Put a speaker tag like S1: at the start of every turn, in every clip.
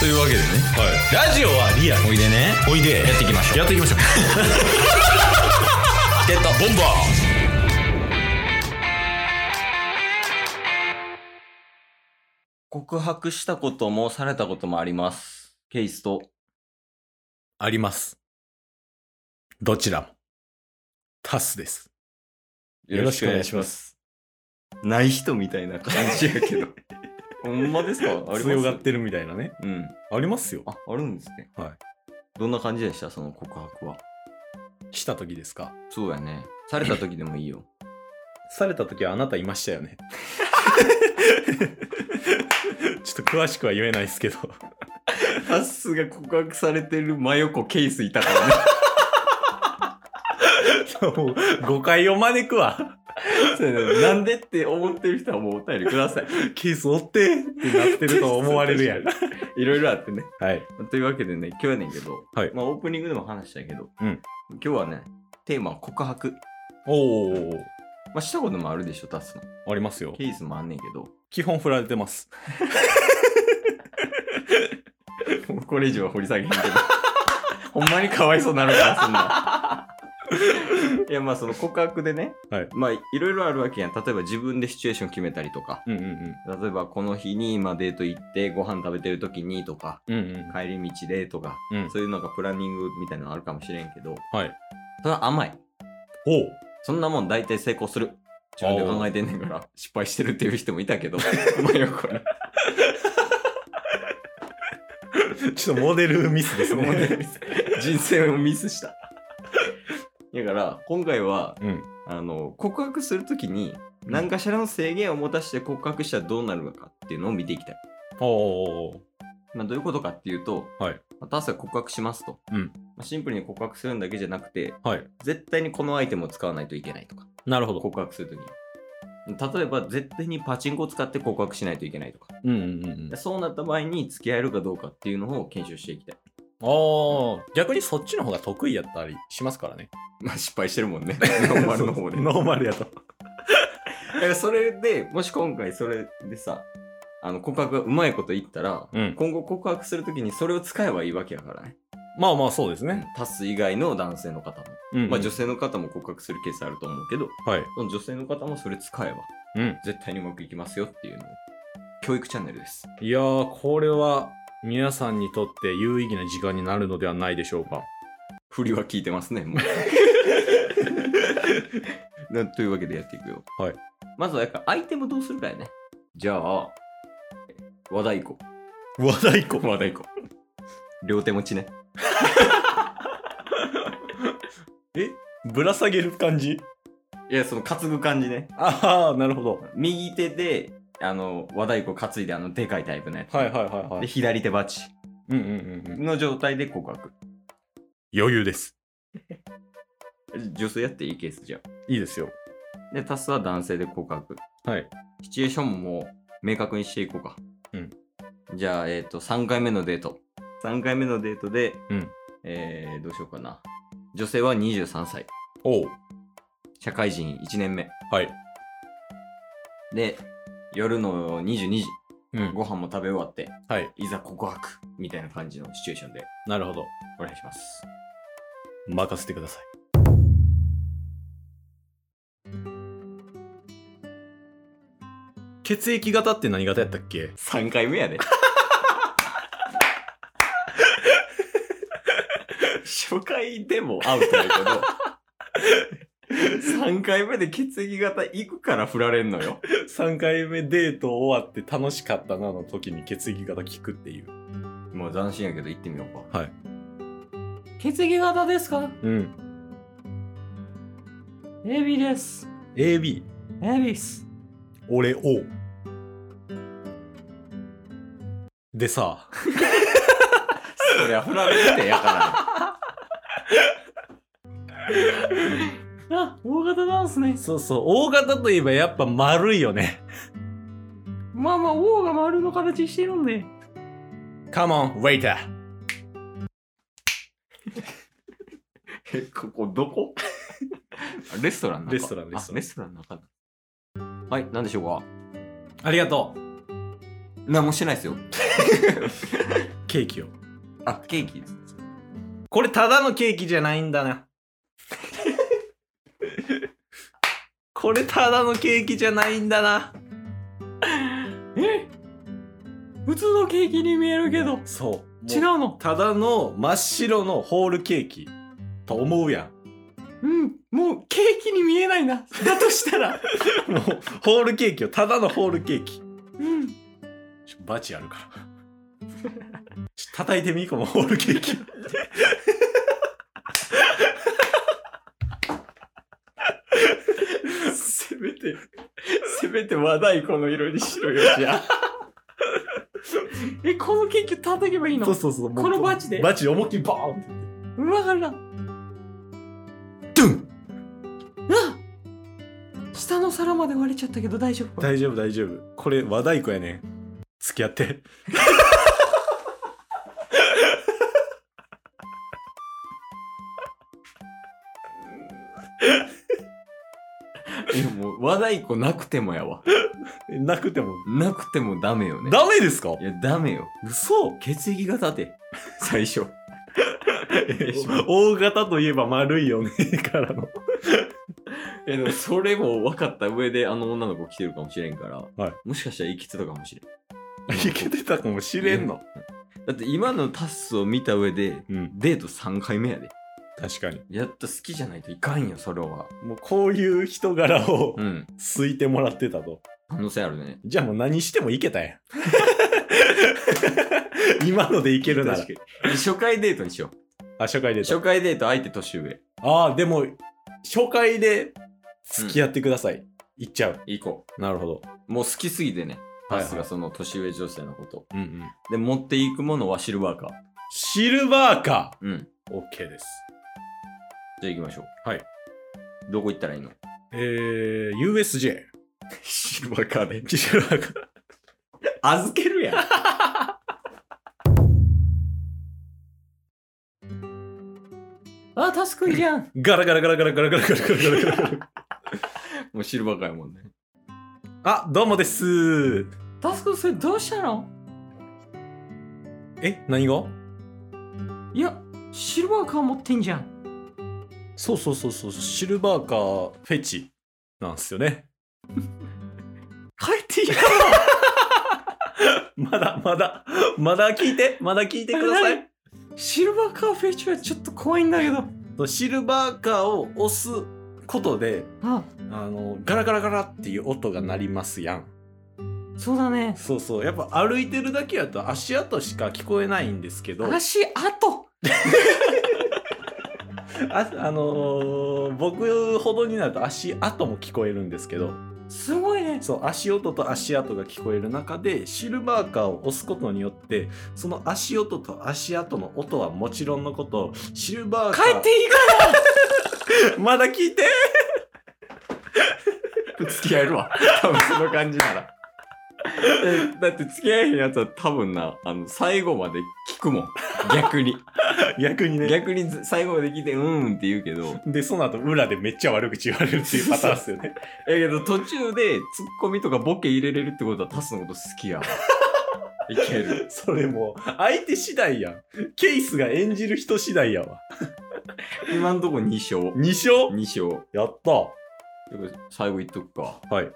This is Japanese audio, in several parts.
S1: というわけでね、ラジオはリアおいでね
S2: おいで
S1: やっていきましょう
S2: やってい きましょう
S1: ゲットボンバ
S3: 告白したこともされたこともあります。ケイスト。。
S2: ありますどちらもタスですよろしくお願いします
S3: ない人みたいな感じや けど。ほんまですかあります
S2: 強がってるみたいなね
S3: うん。
S2: ありますよ
S3: あ、あるんですね。
S2: はい
S3: どんな感じでしたその告白は。
S2: した時ですか
S3: そうやね。された時でもいい よ。
S2: された時はあなたいましたよ ねちょっと詳しくは言えないですけど
S3: タスが告白されてる真横ケイスいたからね。
S2: もう誤解を招くわ
S3: なんでって思ってる人はもうお便りください。
S2: ケース追ってってなってると思われるやん
S3: いろいろあってね。
S2: はい
S3: というわけでね、今日やねんけど、
S2: はい
S3: まあオープニングでも話したけど、
S2: うん
S3: 今日はね、テーマは告白。
S2: おお
S3: まあ、したこともあるでしょ、タスの。
S2: ありますよ
S3: ケースもあんねんけど、
S2: 基本振られてます
S3: もうこれ以上は掘り下げへんけど。 ほんまにかわいそうなるから、そんな。いや、まあその告白でね、
S2: はい
S3: まあいろいろあるわけやん。例えば自分でシチュエーション決めたりとか、
S2: うんうん
S3: 例えばこの日に今デート行ってご飯食べてる時にとか、
S2: うんうんうん
S3: 帰り道でとか、
S2: うん
S3: そういうのがプランニングみたいなのあるかもしれんけど、
S2: はい
S3: それは甘い。
S2: おう
S3: そんなもん大体成功する。自分で考えてんねんから、失敗してるっていう人もいたけど、 まあよくね。
S2: ちょっとモデルミスです
S3: もう ね
S2: ね。
S3: 人生をミスした。だから、今回は、
S2: うん
S3: あの、告白するときに、何かしらの制限を持たして告白したらどうなるのかっていうのを見ていきたい。
S2: おお。
S3: まあ、どういうことかっていうと、
S2: はい
S3: まあ、タスが告白しますと。
S2: うん
S3: まあ、シンプルに告白するんだけじゃなくて、
S2: はい。
S3: 絶対にこのアイテムを使わないといけないとか、
S2: なるほど。
S3: 告白するときに。例えば、絶対にパチンコを使って告白しないといけないとか。
S2: うんうんうん
S3: で。そうなった場合に付き合えるかどうかっていうのを検証していきたい。
S2: ああ、逆にそっちの方が得意やったりしますからね。
S3: まあ失敗してるも んね。ノーマルの方で。
S2: ノーマルやと。
S3: だからそれで、もし今回それでさ、あの告白がうまいこと言ったら、
S2: うん
S3: 今後告白するときにそれを使えばいいわけやからね。
S2: まあまあそうですね。
S3: タス以外の男性の方も。
S2: うん
S3: まあ女性の方も告白するケースあると思うけど、
S2: はい。
S3: その女性の方もそれ使えば
S2: うん。
S3: 絶対にうまくいきますよっていうのを。教育チャンネルです。
S2: いやー、これは皆さんにとって有意義な時間になるのではないでしょうか。
S3: 振りは聞いてますね、 もう。なというわけでやっていくよ。
S2: はい。
S3: まずはやっぱアイテムどうするかやね。じゃあ、和太鼓。
S2: 和太鼓。
S3: 和太鼓。両手持ちね。
S2: ぶら下げる感じ
S3: いや、その担ぐ感じね。
S2: ああ、なるほど。
S3: 右手で、あの、和太鼓担いで、あの、でかいタイプのやつ。
S2: はいはいはいは
S3: で、
S2: い。
S3: 左手バチ
S2: うんうんうんうん。
S3: の状態で告白。
S2: 余裕です。
S3: 女性やっていいケースじゃん。
S2: いいですよ。
S3: で、タスは男性で告白。
S2: はい。
S3: シチュエーションも明確にしていこうか。
S2: うん。
S3: じゃあ、えっ、と、3回目のデート。3回目のデートで、
S2: うん
S3: えー、どうしようかな。女性は23歳。
S2: おう。
S3: 社会人1年目。
S2: はい。
S3: で、夜の22時。
S2: うん。
S3: ご飯も食べ終わって、
S2: はい。
S3: いざ告白。みたいな感じのシチュエーションで
S2: なるほど。
S3: お願いします。
S2: 任せてください。血液型って何型やったっ け
S3: 3回目やで。初回でもアウトだけど、3回目で血液型行くから振られんのよ。
S2: ?3 回目デート終わって楽しかったなの時に血液型聞くっていう。
S3: もう斬新やけど行ってみようか。
S2: はい。
S3: 血液型ですか
S2: うん。
S3: ?AB です。
S2: AB、
S3: AB っす。
S2: 俺 O。でさ、
S3: そりゃ振られるってやか
S4: あ、大型なんすね。
S2: そうそう、O 型といえばやっぱ丸いよね。
S4: まあまあ、王が丸の形してるんで。
S2: Come on, waiter!
S3: ら。ここど こレストランの中
S2: レストランレストラン
S3: あレストランの中だはい、なんでしょうか
S2: ありがとう。
S3: 何もしてないですよ。
S2: ケーキを。
S3: あ、ケーキです。
S2: これただのケーキじゃないんだな。これただのケーキじゃないんだな。
S4: え普通のケーキに見えるけど、
S2: そう。
S4: 違う
S2: もう。
S4: の。
S2: ただの真っ白のホールケーキと思うやん。
S4: うん、もうケーキに見えないな。だとしたら。
S2: もうホールケーキをただのホールケーキ。
S4: うん。
S2: ちょバチあるから。ちょ叩いてみこのホールケー キ。
S3: せめて、 せめて和太鼓の色にしろよ、じゃあ。
S4: え、このケーキを叩けばいいの
S2: そうそうそう。もう
S4: このバチで
S2: バチ思いっきりバーンって。
S4: わからん。
S2: ドゥン
S4: あ下の皿まで割れちゃったけど大丈夫か
S2: 大丈夫大丈夫。これ和太鼓やねん。付き合って。
S3: いや、もう和太鼓なくてもやわ。
S2: なくても。
S3: なくてもダメよね。
S2: ダメですか
S3: いや、ダメよ。
S2: 嘘
S3: 血液型で、 最初。
S2: 大型といえば丸いよねから の。
S3: えでもそれも分かった上であの女の子来てるかもしれんから、
S2: はい
S3: もしかしたら生きてたかもしれん。
S2: いけてたかもしれんの。
S3: だって今のタッスを見た上で、
S2: うん、
S3: デート3回目やで。
S2: 確かに。
S3: やっと好きじゃないといかんよ、それは。
S2: もうこういう人柄を
S3: うん。
S2: すいてもらってたと。
S3: 可能性あるね。
S2: じゃあもう何してもいけた やん。今のでいけるなら
S3: 確。かに。初回デートにしよう。
S2: あ、初回で
S3: 初回デート相手年上。
S2: ああ、でも、初回で付き合ってください。行っちゃう。
S3: 行こ
S2: なるほど。
S3: う。もう好きすぎてね。タ
S2: はいはい
S3: ッスがその年上女性のこと。
S2: うんうん。
S3: で、持っていくものはシルバーカー。
S2: シルバーか。
S3: うん。
S2: OK です。
S3: じゃあ行きましょう。
S2: はい。
S3: どこ行ったらいいの
S2: えー、USJ。
S3: シルバーカー で。
S2: シルバーか。
S3: 預けるやん。
S4: あ、タスくんじゃん。
S2: ガラガラガラガラガラガラガラガラガラガラガラ。
S3: もうシルバーカーやもんね。
S2: あ、どうもです。
S4: タスくんそれどうしたの
S2: え、何が
S4: いや、シルバーカー持ってんじゃん。
S2: そうそうそうそう、シルバーカーフェチなんすよね。
S4: 帰っていいか
S2: まだまだ、まだ聞いて、まだ聞いてください。
S4: なシルバーカーフェチはちょっと怖いんだけど。
S2: そうシルバーカーを押すことで、
S4: あ、
S2: あの、ガラガラガラっていう音が鳴りますやん。
S4: そうだね。
S2: そうそう、やっぱ歩いてるだけやと足音しか聞こえないんですけど、あ
S4: 足跡
S2: あのー僕ほどになると足跡も聞こえるんですけど、
S4: すごいね。
S2: そう足音と足跡が聞こえる中でシルバーカーを押すことによってその足音と足跡の音はもちろんのことシルバーカー
S4: 帰っていいか
S2: てまだ聞いて
S3: 付き合えるわ。多分その感じなら。だって付き合えへんやつは多分な、あの、最後まで聞くもん。逆に。
S2: 逆にね
S3: 逆にず最後まで聞いて、うーんって言うけど。や
S2: でその後裏でめっちゃ悪口言われるっていうパターンですよね
S3: けど途中でツッコミとかボケ入れれるってことはタスのこと好 きやわ。いける。
S2: それもう相手次第やんケイスが演じる人次第やわ
S3: 今んとこ2勝。
S2: 2勝
S3: 2勝。
S2: やった
S3: 最後言っとくか。
S2: はい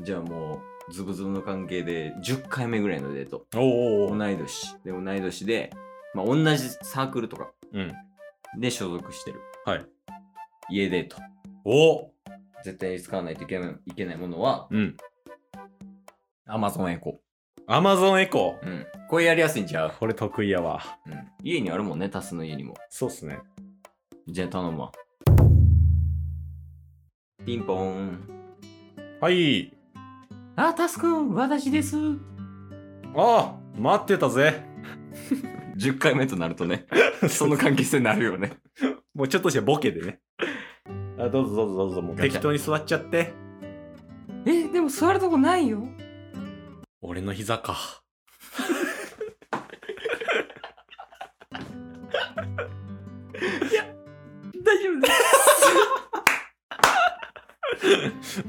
S3: じゃあもう、ズブズブの関係で10回目ぐらいのデート。
S2: おお
S3: 同い年。で、同い年で、まあ同じサークルとか
S2: うん
S3: で所属してる。
S2: はい。
S3: 家デート。
S2: お
S3: 絶対に使わないといけないいけないものは、
S2: うん
S3: アマゾンエコ。
S2: アマゾンエコー
S3: うん。これやりやすいんちゃう、
S2: これ得意やわ
S3: うん、家にあるもんね、タスの家にも。
S2: そうっすね
S3: じゃあ頼むわ。ピンポーン。
S2: はい
S4: ら。あ、タスくん、私です。
S2: ああ待ってたぜ
S3: 10回目となるとね、 その関係性になるよね。
S2: もうちょっとしたボケでね。あどうぞどうぞどうぞ、もう
S3: ガチャ
S2: 適当に座っちゃって。
S4: え、でも座るとこないよ。
S2: 俺の膝か。
S4: 大丈夫で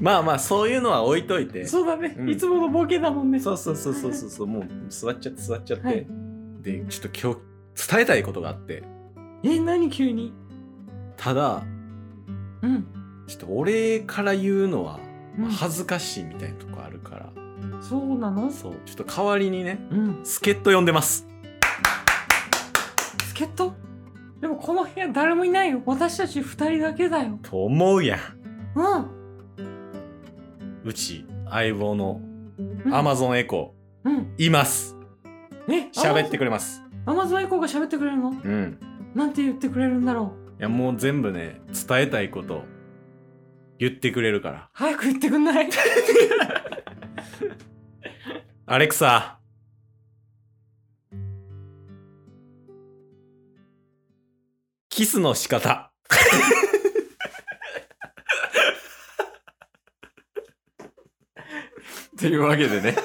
S2: まあまあ、そういうのは置いといて。
S4: す。そうだね、
S2: うん
S4: いつものボケだもんね。
S2: そうそうそうそうそうそう、もう座っちゃって座っちゃって。
S4: はい
S2: でちょっと今日伝えたいことがあって
S4: え、何急に
S2: ただ
S4: うん。
S2: ちょっと俺から言うのは
S4: うん
S2: 恥ずかしいみたいなとこあるから、
S4: そうなの
S2: そうちょっと代わりにね
S4: うん。
S2: 助っ人呼んでます
S4: 助っ人でもこの部屋誰もいないよ。私たち二人だけだよ。
S2: と思うやん
S4: うん。
S2: うち相棒の
S4: うん
S2: アマゾンエコ
S4: うん。
S2: います
S4: え、
S2: 喋ってく
S4: れ。
S2: れます
S4: アマゾンエコーが喋ってくれるの
S2: うん
S4: なんて言ってくれるんだろう。
S2: いやもう全部ね伝えたいこと言ってくれるから
S4: 早く言ってくんない
S2: アレクサキスの仕方
S3: というわけでね、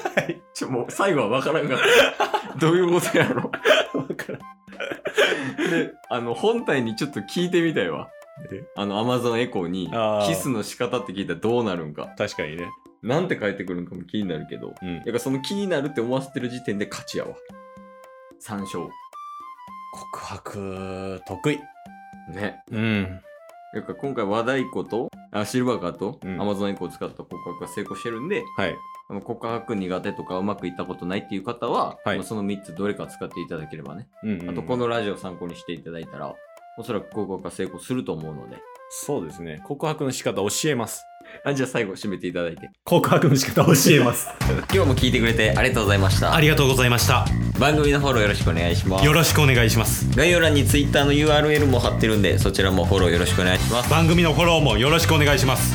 S3: ちょもう最後は分からんが、 どういうことやろ。
S2: 分からん
S3: で、あの、本体にちょっと聞いてみたいわ
S2: え。
S3: あの、アマゾンエコーに
S2: あ、ー
S3: キスの仕方って聞いたらどうなるんか、
S2: 確かにね
S3: なんて返ってくるんかも気になるけど、
S2: うん
S3: やっぱその気になるって思わせてる時点で勝ちやわ。3勝。
S2: 告白得意
S3: ね。
S2: うん
S3: やっぱ今回和太鼓と、あシルバーカーと、
S2: うん
S3: アマゾンエコーを使った告白が成功してるんで、
S2: はい
S3: あの告白苦手とかうまくいったことないっていう方は、
S2: はい
S3: まあその3つどれか使っていただければね。
S2: うんうん
S3: あとこのラジオを参考にしていただいたら、おそらく告白が成功すると思うので。
S2: そうですね告白の仕方教えます
S3: あじゃあ最後締めていただいて。
S2: 告白の仕方教え ます
S3: 今日も聞いてくれてありがとうございました。
S2: りがとうございました
S3: 番組のフォローよろしくお願いします。
S2: ろしくお願いします
S3: 概要欄に Twitter の URL も貼ってるんで、そちらもフォローよろしくお願いします。
S2: 番組のフォローもよろしくお願いします